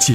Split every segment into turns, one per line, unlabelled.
解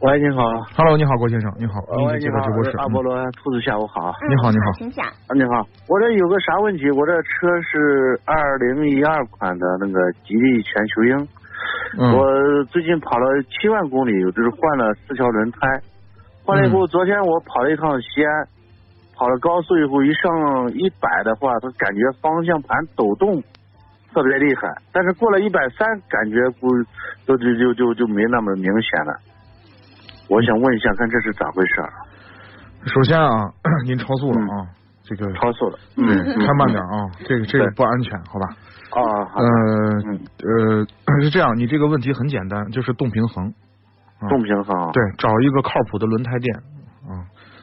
喂，你好，
Hello，你好，郭先生，你好，您
喂，哦
是
你
接
好
客直播室，
阿
嗯
波罗，兔子下午好，
嗯
你好你好
请讲。
啊你好，我这有个啥问题？我这车是二零一二款的那个吉利全球鹰，
嗯，
我最近跑了七万公里，就是换了四条轮胎，换了以
嗯
后，昨天我跑了一趟西安，跑了高速以后，一上一百的话，它感觉方向盘抖动特别厉害，但是过了一百三，感觉不就就就就就没那么明显了。我想问一下，看这是咋回事儿？
首先啊， 您超速了啊，这个
嗯超速了，嗯，
开慢点啊，这个这个
对
不安全，好吧？
啊，好的，
呃
嗯
呃， 是这样，你这个问题很简单，就是动平衡，嗯
动平衡，
对，找一个靠谱的轮胎店，啊、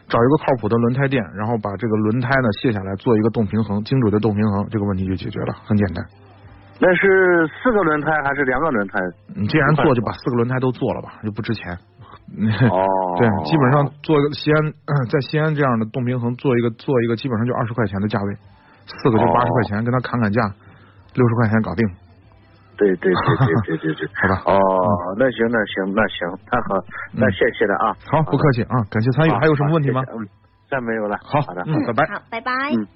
找一个靠谱的轮胎店，然后把这个轮胎呢卸下来，做一个动平衡，精准的动平衡，这个问题就解决了，很简单。
那是四个轮胎还是两个轮胎？
你既然做，就把四个轮胎都做了吧，就不值钱。
哦
对，基本上做一个西安， 在西安这样的动平衡做一个做一个，基本上就二十块钱的价位，四个就
哦
八十块钱，跟他砍砍价，六十块钱搞定。
对对对对对对对，
好吧嗯
哦，那行那行那行，那好，那谢谢了啊。
好，不客气啊，感谢参与，
啊
嗯还有什么问题吗？
好谢谢嗯，再没有了。
好
好的，
嗯拜拜
好，拜拜。
嗯，